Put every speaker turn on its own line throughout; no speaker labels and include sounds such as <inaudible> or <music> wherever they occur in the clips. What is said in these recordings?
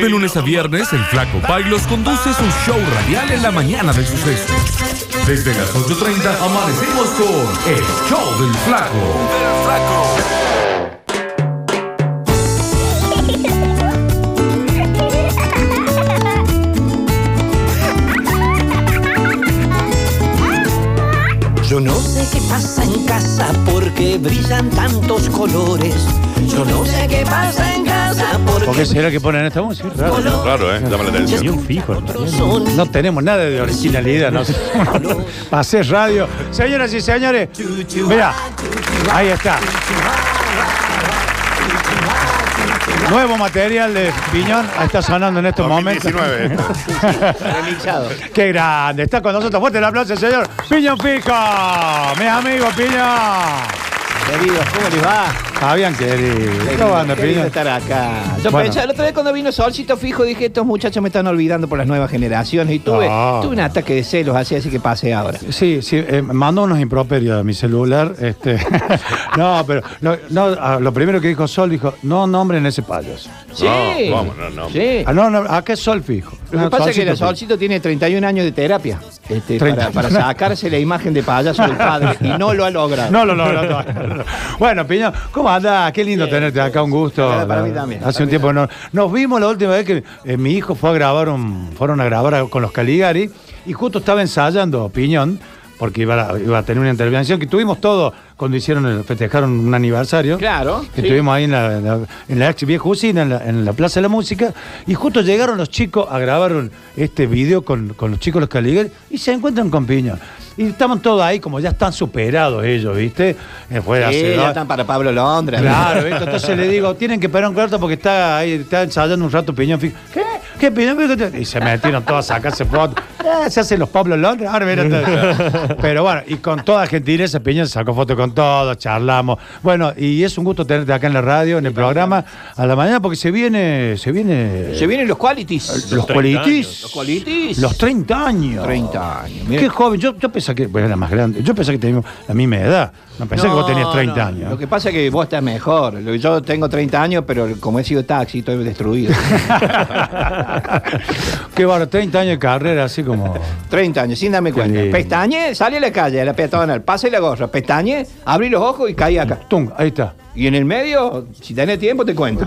De lunes a viernes, el Flaco Bailos conduce su show radial en la mañana de sucesos. Desde las 8.30 amanecemos con el show del Flaco.
Yo no sé qué pasa en casa porque brillan tantos colores. Yo no sé qué pasa en casa
¿Por qué
porque
será que ponen esta música? Raro.
Claro, eh, llama la atención.
Ni un fijo.
otros son
No tenemos nada de originalidad, no sé. Hacer radio. Señoras y señores, mira, ahí está. Nuevo material de Piñón está sonando en estos momentos.
2019. esto.
Qué grande, está con nosotros. Fuerte el aplauso, señor Piñón Fico. Mis amigos, Piñón.
Queridos, ¿cómo les va?
Fabián, querido. ¿Cómo anda,
Qué lindo
Piñón?
estar acá. Yo
Bueno.
pensaba, la otra vez cuando vino Solcito Fijo, dije, estos muchachos me están olvidando por las nuevas generaciones. Y tuve,
Ah.
tuve un ataque de celos así, así que pasé ahora.
Sí, sí, eh, mando unos improperios a mi celular. Este. <laughs> no, pero no, no, ah, lo primero que dijo Sol dijo, no nombren ese payaso.
Sí.
No, vamos, no, no.
Sí.
Ah, no, no, ¿a qué Sol fijo?
Lo que
No,
pasa es que
Solcito
el
fijo.
Solcito tiene 31 años de terapia este, para,
31.
para sacarse la imagen de payaso del padre y no lo ha logrado.
pues. No, no, no, no, no, no, no. Bueno, Piñón, ¿cómo andás? Qué lindo tenerte acá, un gusto.
La verdad, para mí también,
Hace
para
un
mí
tiempo que no. Nos vimos la última vez que eh, mi hijo fue a grabar un, fueron a grabar con los Caligari y justo estaba ensayando Piñón, porque iba a, iba a tener una intervención que tuvimos todo cuando hicieron el, festejaron un aniversario.
Claro,
Que
sí.
estuvimos ahí en la, en la- en la ex vieja usina, en la, en la Plaza de la Música, y justo llegaron los chicos a grabar un- este video con, con los chicos los Caligari y se encuentran con Piñón. Y estaban todos ahí, como ya están superados ellos, ¿viste? Eh, fue
Sí,
hace
ya
dos-
están para Pablo Londra.
Claro,
<laughs>
¿viste? entonces le digo, tienen que parar un cuarto porque está ahí, está ensayando un rato Piñón Fijo. ¿Qué? ¿Qué Piñón Fijo? Y se metieron todos a sacarse fotos. Eh, se hacen los Pablo Londres, ahora mira
<laughs>
todo. Pero bueno, y con toda gentileza, Piñón se sacó fotos con todos, charlamos. Bueno, y es un gusto tenerte acá en la radio, en el programa, a la mañana, porque se viene, se viene.
Se vienen los qualities.
los
30
cualitis.
años,
los qualities.
Los 30 años.
30 años.
Qué joven, yo, yo pensé que, bueno, era más grande, yo pensé que teníamos la misma edad, no pensé que vos tenías 30
no.
años.
Lo que pasa es que vos estás mejor. Lo- Yo tengo 30 años, pero como he sido taxi, estoy <laughs> destruido.
<laughs> Qué bueno, 30 años de carrera, así como.
30 años, sin darme cuenta.
lindo.
Pestañe, sale a la calle, a la peatonal, pasa y la gorra. Pestañe, abrí los ojos y caí acá.
Tung, ahí está.
Y en el medio, si tenés tiempo, te cuento.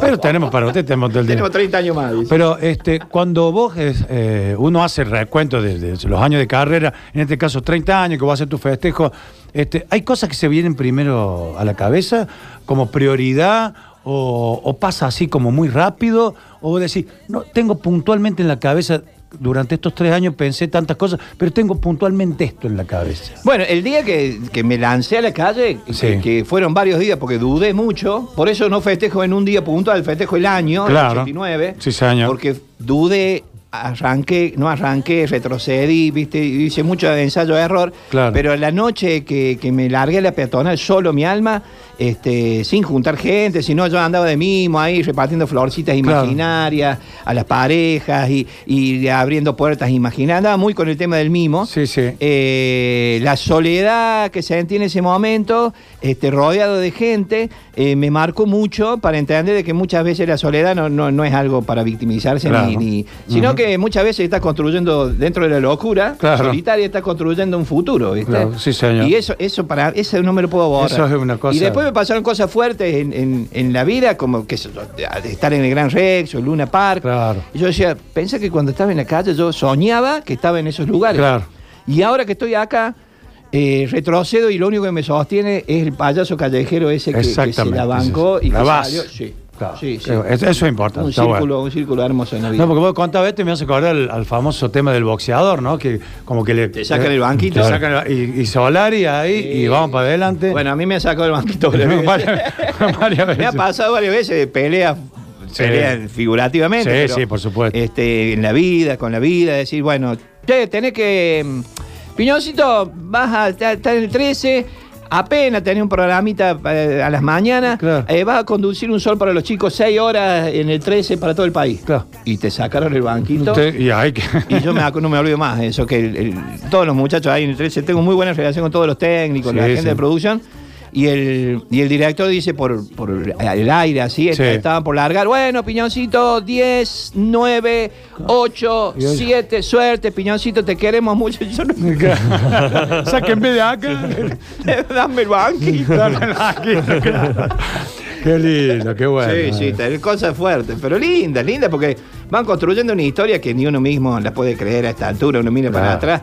Pero tenemos para usted, tenemos todo el día.
Tenemos 30 años más. dice.
Pero este, cuando vos, es, eh, uno hace recuento de, de los años de carrera, en este caso 30 años que vas a hacer tu festejo, este, ¿hay cosas que se vienen primero a la cabeza como prioridad o, o pasa así como muy rápido? ¿O vos decís, no, tengo puntualmente en la cabeza, durante estos tres años pensé tantas cosas, pero tengo puntualmente esto en la cabeza?
Bueno, el día que, que me lancé a la calle, que-
Sí.
que fueron varios días porque dudé mucho, por eso no festejo en un día puntual, festejo el año,
Claro.
el 89.
Sí, señor.
Porque dudé, arranqué, no arranqué, retrocedí, viste, hice mucho ensayo de error.
Claro.
Pero la noche que, que me largué a la peatonal, solo mi alma, este, sin juntar gente, sino yo andaba de mimo ahí repartiendo florcitas
Claro.
imaginarias a las parejas y, y abriendo puertas imaginarias. Andaba muy con el tema del mimo.
Sí, sí.
Eh, la soledad que se sentí en ese momento, este, rodeado de gente, eh, me marcó mucho para entender de que muchas veces la soledad no, no, no es algo para victimizarse,
Claro.
ni, ni- sino
Ujú.
que muchas veces estás construyendo, dentro de la locura
Claro.
solitaria, estás construyendo un futuro. ¿viste?
Claro, sí, señor.
Y eso, eso para eso no me lo puedo borrar.
Eso es una cosa-
Y después me pasaron cosas fuertes en, en- en la vida, como que estar en el Gran Rex o el Luna Park.
Claro.
Y yo decía, pensé que cuando estaba en la calle yo soñaba que estaba en esos lugares.
Claro.
Y ahora que estoy acá, eh, retrocedo y lo único que me sostiene es el payaso callejero ese que, que se
Exactamente,
la bancó
sí, sí.
y
La
que
base.
salió. Sí.
Claro.
Sí, sí.
Eso- eso es importante,
Un
está bueno.
círculo, un círculo hermoso en la vida.
No, porque vos contabas esto y me hace acordar al, al famoso tema del boxeador, ¿no? Que como que le. eh,
Te sacan el banquito.
Te sacan el ba- y, y Solari ahí y vamos para adelante.
Bueno, a mí me ha sacado
<laughs>
el banquito. varias
Varias- <laughs>
veces.
varias
Me ha
veces.
pasado varias veces de peleas.
Sí.
peleas figurativamente.
Sí, sí, por supuesto.
Este, en la vida, con la vida, decir, bueno, che, tenés que. mm, Piñoncito, vas a estar en el 13, apenas tenés un programita eh, a las mañanas,
Claro.
eh, vas a conducir un sol para los chicos 6 horas en el 13 para todo el país.
Claro.
Y te sacaron el banquito.
Usted- y
<laughs>
hay que.
Y yo me, acu- no me olvido más de eso, que el- el- todos los muchachos ahí en el 13, tengo muy buena relación con todos los técnicos,
Sí,
la gente
sí.
de producción. Y el, y el director dice por, por el aire, así,
Sí.
estaban por largar. Bueno, Piñoncito, 10, 9, 8,
Dios.
7, suerte, Piñoncito, te queremos mucho.
<laughs>
Yo no,
Sáquenme de acá.
<laughs> dame el banquito. <laughs>
qué lindo, qué bueno.
Sí, sí, tal- cosas fuertes, pero linda, linda, porque van construyendo una historia que ni uno mismo la puede creer a esta altura, uno mira para
Claro.
atrás.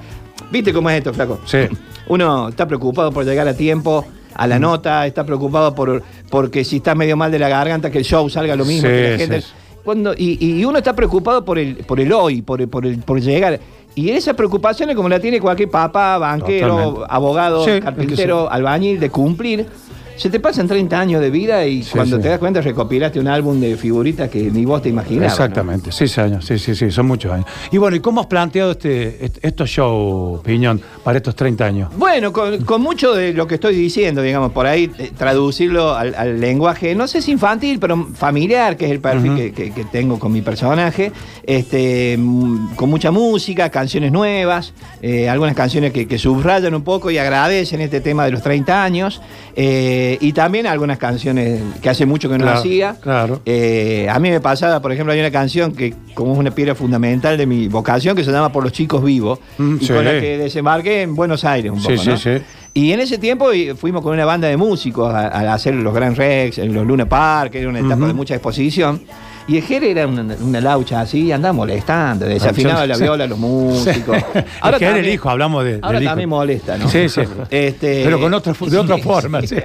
¿Viste cómo es esto, flaco?
Sí.
<laughs> Uno está preocupado por llegar a tiempo a
Mm.
la nota, está preocupado por porque si está medio mal de la garganta, que el show salga lo mismo.
Sí,
que la gente-
sí, sí.
Cuando, y, y uno está preocupado por el, por el hoy, por, el- por, el, por llegar. Y esa preocupación es como la tiene cualquier papá, banquero,
Totalmente.
abogado,
Sí,
carpintero, albañil, de cumplir. Se te pasan 30 años de vida y
Sí,
cuando
sí.
te das cuenta recopilaste un álbum de figuritas que ni vos te imaginabas. ¿no?
Exactamente, seis años, sí, sí, sí, son muchos años. Y bueno, ¿y cómo has planteado este, est- estos shows, Piñón, para estos 30 años?
Bueno, con, con mucho de lo que estoy diciendo, digamos, por ahí eh, traducirlo al, al lenguaje, no sé si infantil, pero familiar, que es el perfil que, que- que tengo con mi personaje, este, mm, con mucha música, canciones nuevas, eh, algunas canciones que, que subrayan un poco y agradecen este tema de los 30 años, eh, y también algunas canciones que hace mucho que no
Claro,
hacía.
claro.
Eh, a mí me pasaba, por ejemplo, hay una canción que como es una piedra fundamental de mi vocación, que se llama Por los chicos vivos,
Mm,
y
sí.
con la que desembarqué en Buenos Aires un
Sí,
poco, ¿no?
sí, sí.
Y en ese tiempo y, fuimos con una banda de músicos a, a hacer los Grand Rex, en los Luna Park, era una etapa
Ujú.
de mucha exposición. Y el Jere era una, una laucha así, andaba molestando, desafinaba la
Sí.
viola a los músicos.
Ahora que era <laughs> el
también-
hijo, hablamos de.
Ahora
del hijo.
también molesta, ¿no?
Sí, sí.
Este-
Pero con otro, de otra
<laughs> Sí,
forma,
sí.
sí.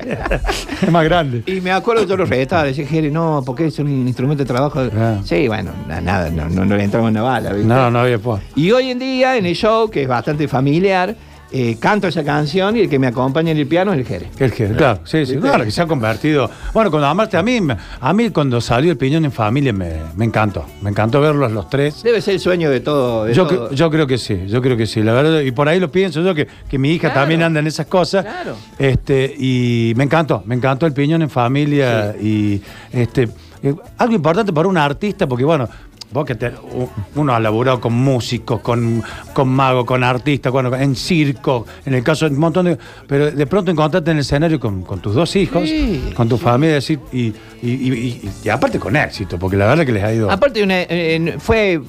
es más grande.
Y me acuerdo que yo lo retaba, decía, Jere, no, porque es un instrumento de trabajo.
Ah.
Sí, bueno, na- nada, no, no- no le entraba una bala, ¿viste?
No, no había por.
Y hoy en día, en el show, que es bastante familiar, eh, canto esa canción y el que me acompaña en el piano es el Jere.
Que el que- Claro, sí, sí. Claro, que se ha convertido. Bueno, cuando amarte a mí, me- a mí cuando salió el piñón en familia me, me encantó. Me encantó verlos los tres.
Debe ser el sueño de todo. de
Yo,
todo.
cre- yo creo que sí, yo creo que sí, la verdad, y por ahí lo pienso yo, que, que mi hija
Claro,
también anda en esas cosas.
claro.
Este, y me encantó, me encantó el piñón en familia y este eh, algo importante para un artista, porque bueno, vos que te- u- uno ha laburado con músicos, con, con magos, con artistas, bueno, en circo, en el caso de un montón de. Pero de pronto encontrarte en el escenario con, con tus dos hijos,
Sí,
con tu familia, decir, y, y, y- y- y aparte con éxito, porque la verdad que les ha ido.
Aparte, una- eh, fue.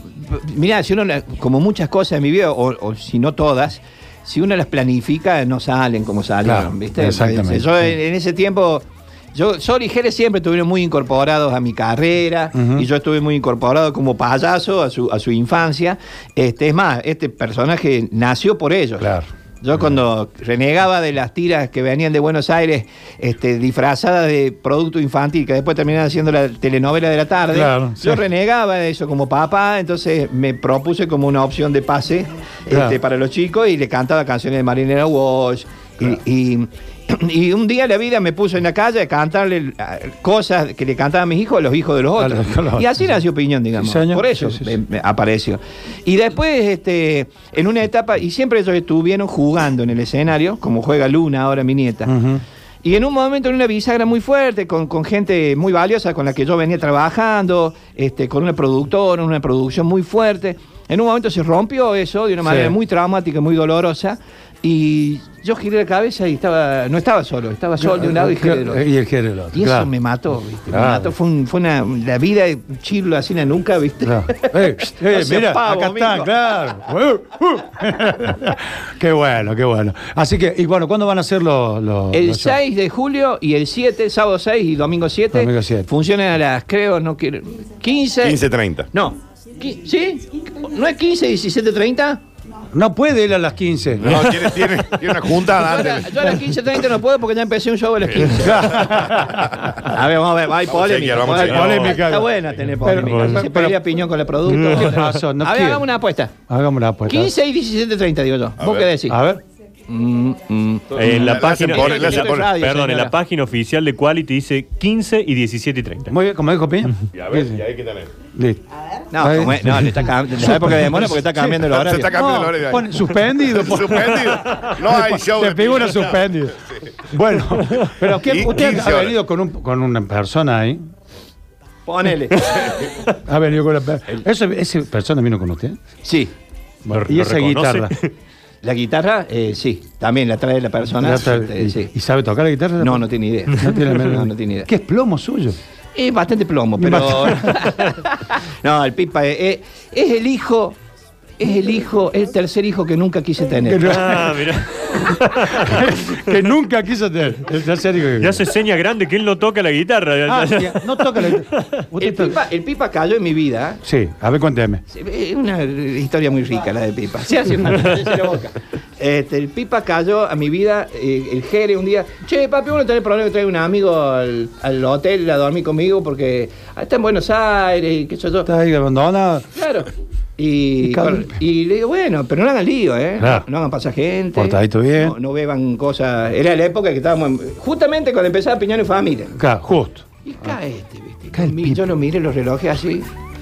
Mirá, si uno, la- como muchas cosas en mi vida, o, o si no todas, si uno las planifica, no salen como salieron,
Claro,
¿viste?
exactamente.
Yo en, en ese tiempo. Yo, Sol y Jerez siempre estuvieron muy incorporados a mi carrera
Ujú.
y yo estuve muy incorporado como payaso a su, a su infancia. Este, es más, este personaje nació por ellos.
Claro.
Yo cuando renegaba de las tiras que venían de Buenos Aires, este, disfrazadas de producto infantil, que después terminaban haciendo la telenovela de la tarde,
Claro,
yo
sí.
renegaba de eso como papá, entonces me propuse como una opción de pase
Claro.
este, para los chicos y le cantaba canciones de Marinera Walsh. Y- Y, y un día la vida me puso en la calle a cantarle ah, cosas que le cantaban mis hijos a los hijos de los
A los-
otros.
a los
Y así
otros.
nació Piñón, digamos.
Sí, señor.
Por eso
Sí, sí,
me-
sí.
me apareció. Y después, este, en una etapa, y siempre ellos estuvieron jugando en el escenario, como juega Luna ahora mi nieta.
Ujú.
Y en un momento, en una bisagra muy fuerte, con, con gente muy valiosa con la que yo venía trabajando, este, con una productora, una producción muy fuerte. En un momento se rompió eso de una
Sí.
manera muy traumática, muy dolorosa. Y yo giré la cabeza y estaba, no estaba solo, estaba solo de un lado y giré del otro.
Y el Jere del otro,
Y eso
claro.
me mató, ¿viste?
Claro.
Me mató. Fue, un- fue una, la vida, un chirlo así en la nuca, ¿viste?
Claro. Eh, <laughs> eh,
No seas
mira,
pavo,
acá está,
amigo.
claro. Uh, uh. <laughs> qué bueno, qué bueno. Así que, y bueno, ¿cuándo van a ser los, los-
<laughs> El
los shows?
6 de julio y el 7, sábado 6 y domingo 7.
Domingo 7.
Funcionan a las, creo, no quiero. 15.
15.30.
No. Qui- ¿Sí? ¿No es 15, 17, 30?
No puede ir a las 15.
No,
<laughs>
tiene, tiene, tiene una junta
Yo a, la-
antes.
yo a las 15, 30 no puedo porque ya empecé un show a las 15. <laughs> A ver, vamos a ver, hay
Vamos a
polémica.
chequear, vamos a
hay
chequear.
Polémica.
Está buena tener
Pero-
polémica. Así se
pero-
pelea piñón con la producto.
Tiene razón, no
a ver,
quiere.
hagamos una apuesta.
Hagamos la apuesta.
15 y 17, 30, digo yo. ¿Vos
ver.
qué decís?
pues, A ver.
En Eh, la,
La- la
página,
hacen poner, la hacen poner.
Radio,
perdón, en
señora.
la página oficial de Quality dice 15 y 17 y 30.
Muy bien, como dijo Piña.
Y a ver, y ahí que tenés.
Listo.
No,
Ahí.
como es- no, le
<laughs>
está cambiando. ¿Sabes por qué demora? Porque está cambiando el
Se
horario.
está cambiando
No,
el horario.
pone
<laughs>
suspendido. po-
Suspendido. No hay show.
Te
de
pegó una
pizza.
suspendido. Bueno, pero ¿qué-
Y
usted
15
ha
horas.
venido con, un- con una persona ahí.
<laughs>
Ponele.
Ha venido con la per- ¿Eso- ¿Esa persona vino con usted?
Sí.
Lo-
y
lo
esa
<laughs> reconoce.
guitarra.
La guitarra, eh, sí, también la trae la persona.
Ya está-
eh, sí.
¿Y sabe tocar la guitarra?
No, no tiene idea.
No
<laughs>
tiene la menor-
No, no tiene idea.
¿Qué es plomo suyo?
Es bastante plomo, pero. <laughs> no, el Pipa es, es- es el hijo. Es el hijo, es el tercer hijo que nunca quise tener.
Ah,
<laughs>
mira.
que nunca quiso tener. El tercer hijo que-
<laughs> Ya se seña grande que él no toca la guitarra. <laughs> Ya-
Ah,
ya-
ya, <laughs> no toca la guitarra. Usted
El
to-
pipa, el Pipa cayó en mi vida.
Sí, a ver, cuénteme.
Es una historia muy rica la de Pipa. Sí, hace <laughs> falta, sí, se la boca. Este, el Pipa cayó a mi vida. eh, el Jere un día, che, papi, uno tiene problema que trae un amigo al, al hotel a dormir conmigo porque ah, está en Buenos Aires, y qué sé yo.
Está ahí abandonado.
Claro. Y,
Y cal-
y le digo, bueno, pero no hagan lío, ¿eh?
Claro.
No hagan pasar gente.
Portadito bien.
No, no beban cosas. Era la época que estábamos. en- justamente cuando empezaba Piñón en familia.
Claro, justo.
Y cae este, ¿viste?
Cae el
Mi-
Pipa.
yo lo miré los relojes así.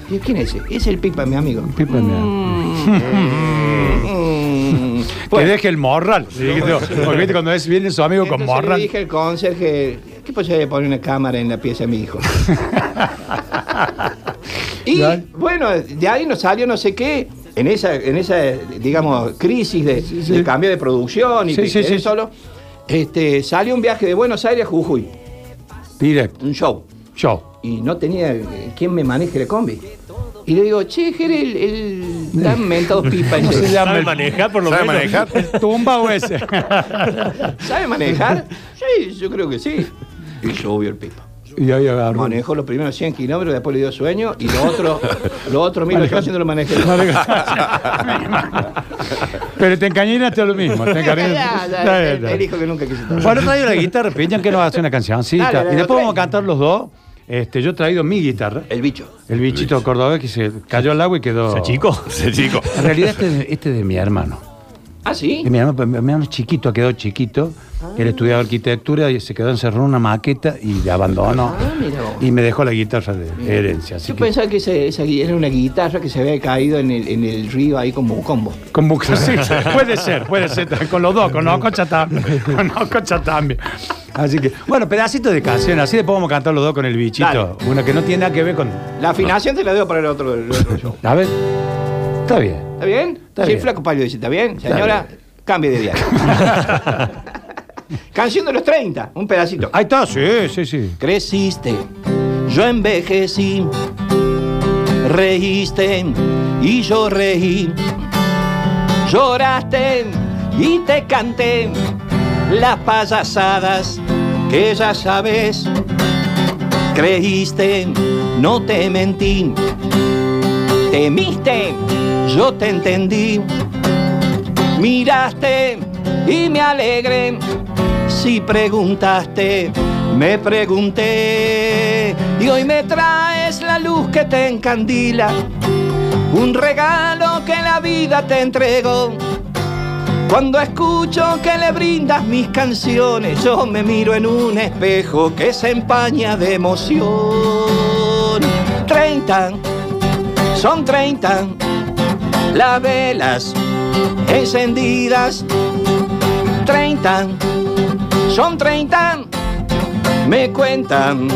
Y digo, ¿quién es ese? Es el Pipa, mi amigo.
Pipa, mira.
<laughs> Mm.
que
Bueno,
deje el morral. Sí, que digo, Porque viste cuando es, viene su amigo con
entonces le
morral.
dije al conserje, ¿qué posibilidad de poner una cámara en la pieza de mi
<laughs>
hijo? y
Ya.
bueno, de ahí nos salió no sé qué. En esa, en esa digamos, crisis de, de cambio de producción y
Sí,
que
sí,
quedé
sí.
solo, este, salió un viaje de Buenos Aires a Jujuy,
Directo.
un show.
Yo.
Y no tenía eh, quien me maneje la combi. Y le digo, che, Jere, el,
<laughs>
el tan mentado pipa.
¿Cómo se llama
¿Sabe
el-
manejar por lo
¿Sabe
menos?
manejar?
el tumba o ese?
¿Sabe manejar? Sí, yo creo que sí. Y subió el pipa.
<laughs> y ahí agarró.
Manejó los primeros 100 kilómetros, después le dio sueño y lo otro, lo otro 1800 lo manejé.
<laughs>
<laughs>
Pero te encañinaste a lo mismo. Te encañinaste.
Ya, ya,
Está bien,
el-
está
El
bien.
hijo que nunca quise tener.
Bueno, traigo la guitarra, Piña, que nos hace una cancioncita.
Dale, dale,
y después
ok.
vamos a cantar los dos. Este, yo he traído mi guitarra,
El bicho.
el bichito cordobés que se cayó al agua y quedó.
¿Se Ah, chico?
Sí, chico.
En realidad, este es de, este es de mi hermano.
Ah, sí.
Y mi, hermano. mi hermano es chiquito, quedó chiquito.
Ah.
Él estudiaba arquitectura y se quedó encerrado en una maqueta y le abandonó.
Ah, mira vos.
y me dejó la guitarra de herencia. Así
Yo
que,
pensaba que ese- esa gui- era una guitarra que se había caído en el, en el río ahí como un combo.
con bu- sí, <laughs> puede ser, puede ser. Con los dos, con Ococha también. Con Ococha también. Así que, bueno, pedacito de canción. Así después vamos a cantar los dos con el bichito. Una que no tiene nada que ver con.
La
Ah.
afinación te la debo para el otro, el otro show.
A ver. Está bien.
¿Está bien?
Está
sí,
bien.
flaco palio dice, ¿está bien? Señora, cambie de
<laughs>
diario. Canción de los 30, un pedacito.
Ahí está, sí, sí, sí.
Creciste, yo envejecí, reíste y yo reí, lloraste y te canté las payasadas que ya sabes. Creíste, no te mentí, temiste, yo te entendí, miraste y me alegré. Si preguntaste, me pregunté. Y hoy me traes la luz que te encandila. Un regalo que la vida te entregó. Cuando escucho que le brindas mis canciones, yo me miro en un espejo que se empaña de emoción. 30, son 30 las velas encendidas. 30, son 30, me cuentan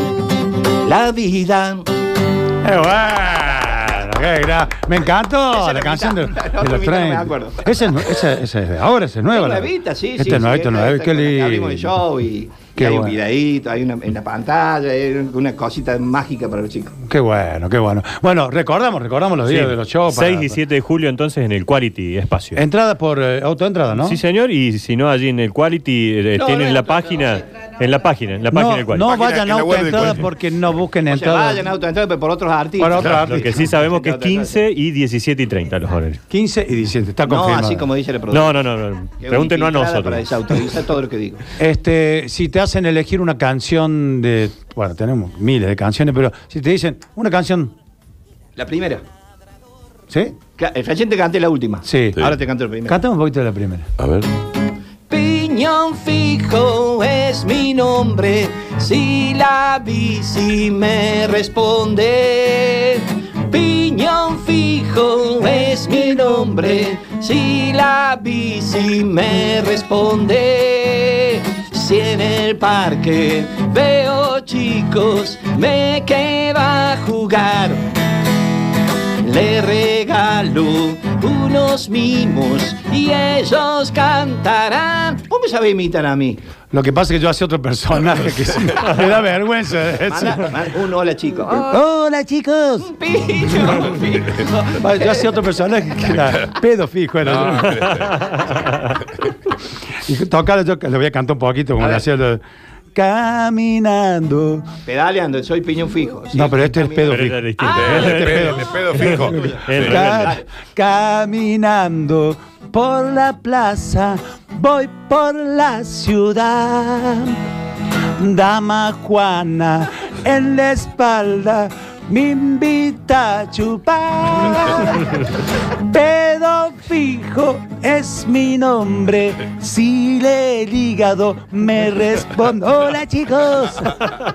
la vida.
Eh, bueno, qué gra- Me encantó
Esa
la,
es la
canción de,
mitad,
de
la otra
los
mitad no me
30.
acuerdo.
Esa es, nu- esa, esa es de ahora, esa es nueva. la-
Nuevita, sí,
Esta
sí.
Este es nueva,
sí,
esta
esta-
es nueva.
esta
Qué
con la que Abrimos el
lindo.
show y,
Qué
y hay
bueno.
un videíto, hay una, en la pantalla, hay una cosita mágica para los chicos.
Qué bueno, qué bueno. Bueno, recordamos, recordamos los días
Sí.
de los shows. para-
6 y 7 de julio entonces en el Quality Espacio.
Entrada por eh, autoentrada, ¿no?
Sí, señor, y si no, allí en el Quality eh,
No,
tienen
no,
la
no,
página, en la página, en la página del
no,
Quality.
no
Página
vayan
en la
a
web del
autoentrada
Cualquier.
porque no busquen
O sea,
entrada.
vayan a autoentrada, pero por otros artistas.
Para otro
Lo que
artista.
sí sabemos que es
No, no, no, no.
15 y 17 y 30 los horarios.
15 y 17, está
No,
confirmado.
así como dice la producción.
No, no, no, no.
Que
Pregúntenos a
una infiltrada Para
nosotros.
desautorizar todo lo que digo.
Este, si te hacen elegir una canción de. Bueno, tenemos miles de canciones, pero si te dicen una canción.
La primera.
¿Sí?
Cla- eh, Recién te canté la última.
Sí.
Ahora te canto la primera.
Cantamos un poquito de la primera.
A ver.
Piñón fijo es mi nombre, si la bici me responde. Piñón fijo es mi nombre, si la bici me responde. Si en el parque veo chicos, me queda a jugar. Le regalo uno los mimos y ellos cantarán. ¿Cómo me sabe imitar a mí?
Lo que pasa es que yo hacía otro personaje
<laughs>
que sí, me da vergüenza. de eso.
Manda- manda un hola, chico. Ah,
Hola chicos.
pillo, <laughs> pillo.
Ah, Yo hacía otro personaje que era pedo fijo. Era yo. <laughs> Y tocaba, yo le voy a cantar un poquito como
A
le
ver.
hacía. lo- Caminando.
Pedaleando, soy piñón fijo. ¿sí?
No, pero este es pedo
Pero
fijo.
era distinto.
Ah,
¿eh?
De pedo, de pedo fijo.
El
Sí.
rebelde.
Ca- caminando por la plaza, voy por la ciudad. Dama Juana en la espalda me invita a <laughs> chupar. Pedo fijo es mi nombre. Si le el hígado me responde. Hola <laughs> chicos,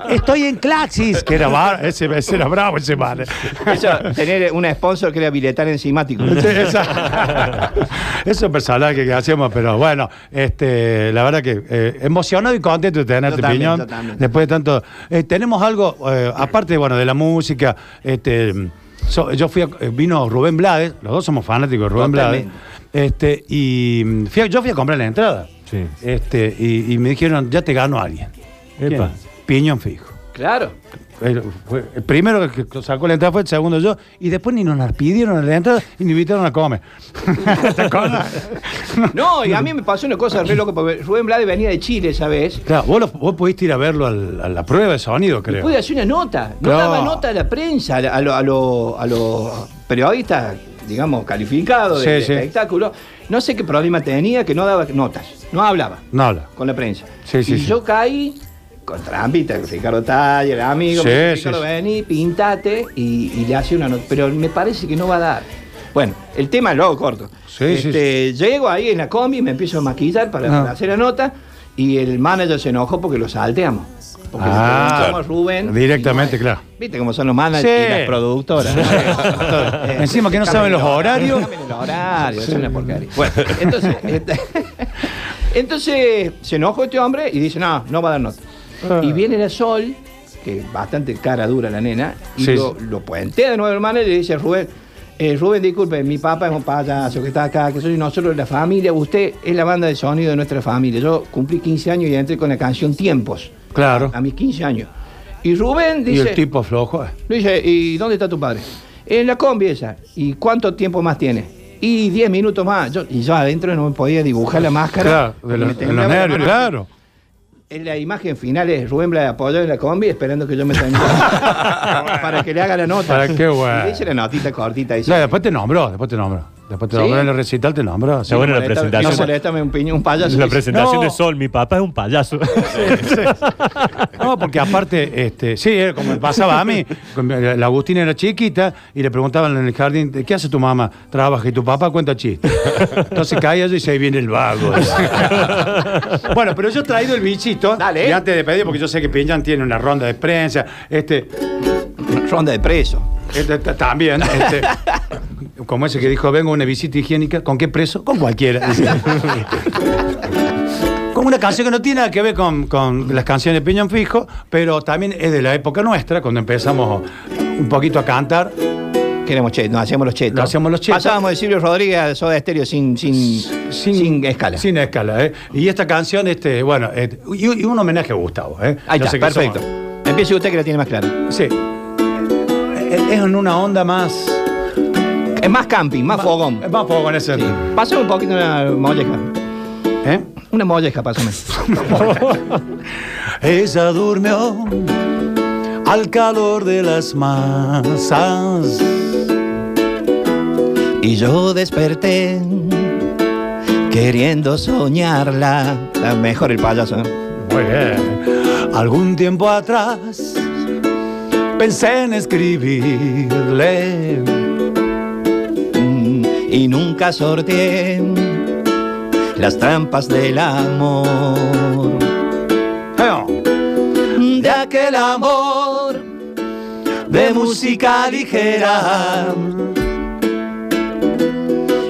estoy en Claxis. Que era bar- ese, ese era bravo ese man. eh.
Eso, tener un sponsor que era biletar enzimático.
<laughs> Sí, Este, esa- <laughs> Eso es personal que, que hacíamos, pero bueno, este, la verdad que eh, emocionado y contento de tenerte,
Totalmente,
Piñón.
totalmente.
Después de tanto. eh, tenemos algo, eh, aparte bueno, de la música, este, so- yo fui a- eh, vino Rubén Blades, los dos somos fanáticos de Rubén Blades.
Totalmente.
Este, y mm, fui a- yo fui a comprar la entrada.
Sí.
Este, y, y me dijeron, ya te ganó alguien.
Epa.
¿Quién? Piñón fijo.
Claro.
El, fue- el primero que que sacó la entrada fue el segundo yo, y después ni nos la pidieron la entrada y ni invitaron a
<laughs>
comer. ¿Te acordás?
No, y a mí me pasó una cosa re loca, porque Rubén Blades venía de Chile, ¿sabes?
Claro, vos, lo- vos pudiste ir a verlo al- a la prueba de sonido, creo.
Pude hacer una nota. No,
No.
daba nota a la prensa, a, la- a lo- a lo- a los periodistas, digamos, calificados de,
Sí,
de
sí.
espectáculo. No sé qué problema tenía, que no daba notas, no hablaba
No habla.
con la prensa.
Sí, sí,
y
sí.
yo caí con trampita, Ricardo Taller, amigo,
Sí,
me
sí,
dijo, Ricardo,
sí.
vení, pintate y, y le hace una nota. Pero me parece que no va a dar. Bueno, el tema luego corto.
Sí, sí,
Este, Llego ahí en la combi, me empiezo a maquillar para,
Ah.
para hacer la nota y el manager se enojó porque lo salteamos. Porque le
Ah,
preguntamos a Rubén.
directamente,
y
claro.
Viste cómo son los managers
Sí.
y las productoras. Eh,
Encima que no saben los horarios.
cámbiale los horarios, es una porquería. Bueno, entonces, este, entonces se enojó este hombre y dice, no, no va a dar nota. Y viene la Sol, que es bastante cara dura la nena, y
Sí.
lo, lo puentea de nuevo el manager y le dice, Rubén, eh, Rubén, disculpe, mi papá es un payaso que está acá, que soy nosotros de la familia, usted es la banda de sonido de nuestra familia. Yo cumplí 15 años y entré con la canción Tiempos,
Claro.
a mis 15 años. Y Rubén
Y
Ah, dice...
el tipo flojo. eh.
Le dice, ¿y dónde está tu padre? En la combi esa. ¿Y cuánto tiempo más tiene? Y 10 minutos más. Yo, y yo adentro no me podía dibujar la máscara.
Claro, de
Me
los, de
temblaba
los
la
nervios,
mano.
claro.
En la imagen final es Rubén Blades apoyado en la combi esperando que yo
<laughs>
me tenga para que le haga la nota.
Para qué bueno.
Y le hice la notita cortita. Dice,
No, después te nombró, después te nombró. Después te
¿Sí?
nombró en el recital, te nombró. sí.
Está buena la
"Molesta-
presentación.
No moléstame un, piño, un payaso.
La
Dice,
presentación
No.
de Sol, mi papá es un payaso.
No, porque aparte, este, sí, era como me pasaba a mí. Con- La la Agustina era chiquita y le preguntaban en el jardín, ¿qué hace tu mamá? Trabaja y tu papá cuenta chistes. Entonces caía yo y se ahí viene el vago. bueno, pero yo he traído el bichito.
Dale.
Y antes de pedir, porque yo sé que Piñán tiene una ronda de prensa, este,
Ronda de preso.
este, t- también,
<laughs>
este, como ese que dijo, vengo a una visita higiénica, ¿con qué preso? Con
<laughs>
cualquiera. Con una canción que no tiene nada que ver con, con las canciones de Piñón Fijo, pero también es de la época nuestra, cuando empezamos un poquito a cantar.
Que éramos chetos, nos hacíamos los chetos.
Nos hacíamos los chetos.
Pasábamos de Silvio Rodríguez a Soda Estéreo sin, sin, sin, escala.
Sin escala, ¿eh? Y esta canción, este, bueno, eh, y, y un homenaje a Gustavo, ¿eh?
Ahí
Yo
está,
sé que
perfecto.
somos-
Empiece usted que la tiene más clara.
sí. Es, es en una onda más.
Es más camping, más fogón.
Es más fogón ese.
Sí. Pásame un poquito una molleja.
¿eh?
Una molleja, pásame.
Ella durmió al calor de las masas.
Y yo desperté queriendo soñarla. Está mejor el payaso, ¿eh? ¿no?
Muy bien. Algún tiempo atrás pensé en escribirle.
Mm, Y nunca sorteé las trampas del amor. De aquel amor de música ligera.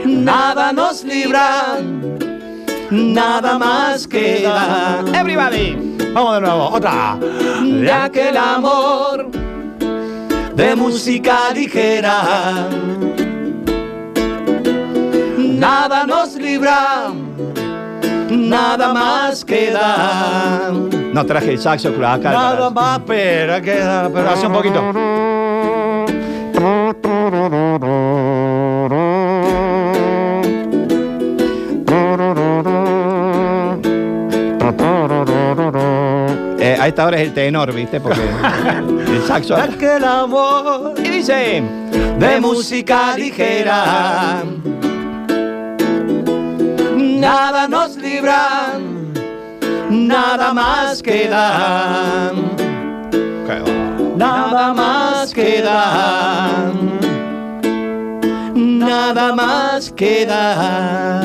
Nada nos libra, nada más queda. Everybody,
Vamos de nuevo, otra.
de aquel amor de música ligera.
nada nos libra, nada más queda,
No traje el saxo pero acá.
Nada más, pero queda. Pero hace un poquito.
Eh, Eh, a esta hora es el tenor, ¿viste? Porque el saxo.
Aquel amor
Y dice.
de música ligera. Nada nos libra, nada más queda, nada más queda, nada más queda.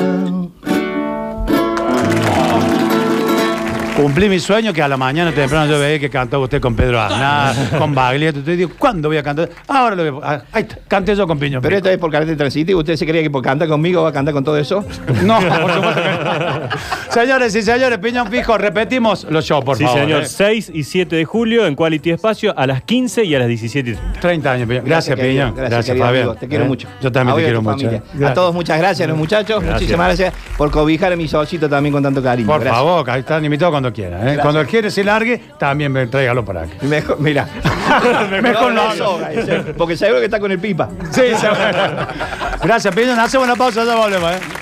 Cumplí mi sueño que a la mañana temprano yo veía que cantaba usted con Pedro Aznar, con Baglietto. Entonces digo, ¿cuándo voy a cantar? Ahora lo voy a... ah, Ahí está, canté yo con Piñón.
Pero esto es por carácter transitivo. ¿Usted se cree que por cantar conmigo va a cantar con
<laughs>
todo eso?
No, por supuesto que no. <laughs> Señores y señores, Piñón Fijo, repetimos los shows, por
Sí,
favor.
señor.
¿eh?
6 y 7 de julio en Quality Espacio a las 15 y a las 17 y 30.
30 años, Piñón. Gracias,
querido.
Piñón. Gracias,
querido
Fabián.
amigo. Te quiero
¿Eh?
mucho.
Yo también
A vos
te
y a
quiero
tu
mucho.
familia.
¿eh? Gracias.
A todos muchas gracias, los muchachos.
Gracias.
Muchísimas gracias por cobijar a mi solcito también con tanto cariño.
Por
Gracias.
favor, ahí están invitados cuando quieran. ¿eh? Cuando quiere se largue, también me- tráigalo para acá.
Mejor, mira.
<laughs> Mejor no.
Porque seguro que está con el pipa.
Sí, seguro. Gracias, Piñón. Hace una pausa, ya volvemos. ¿eh?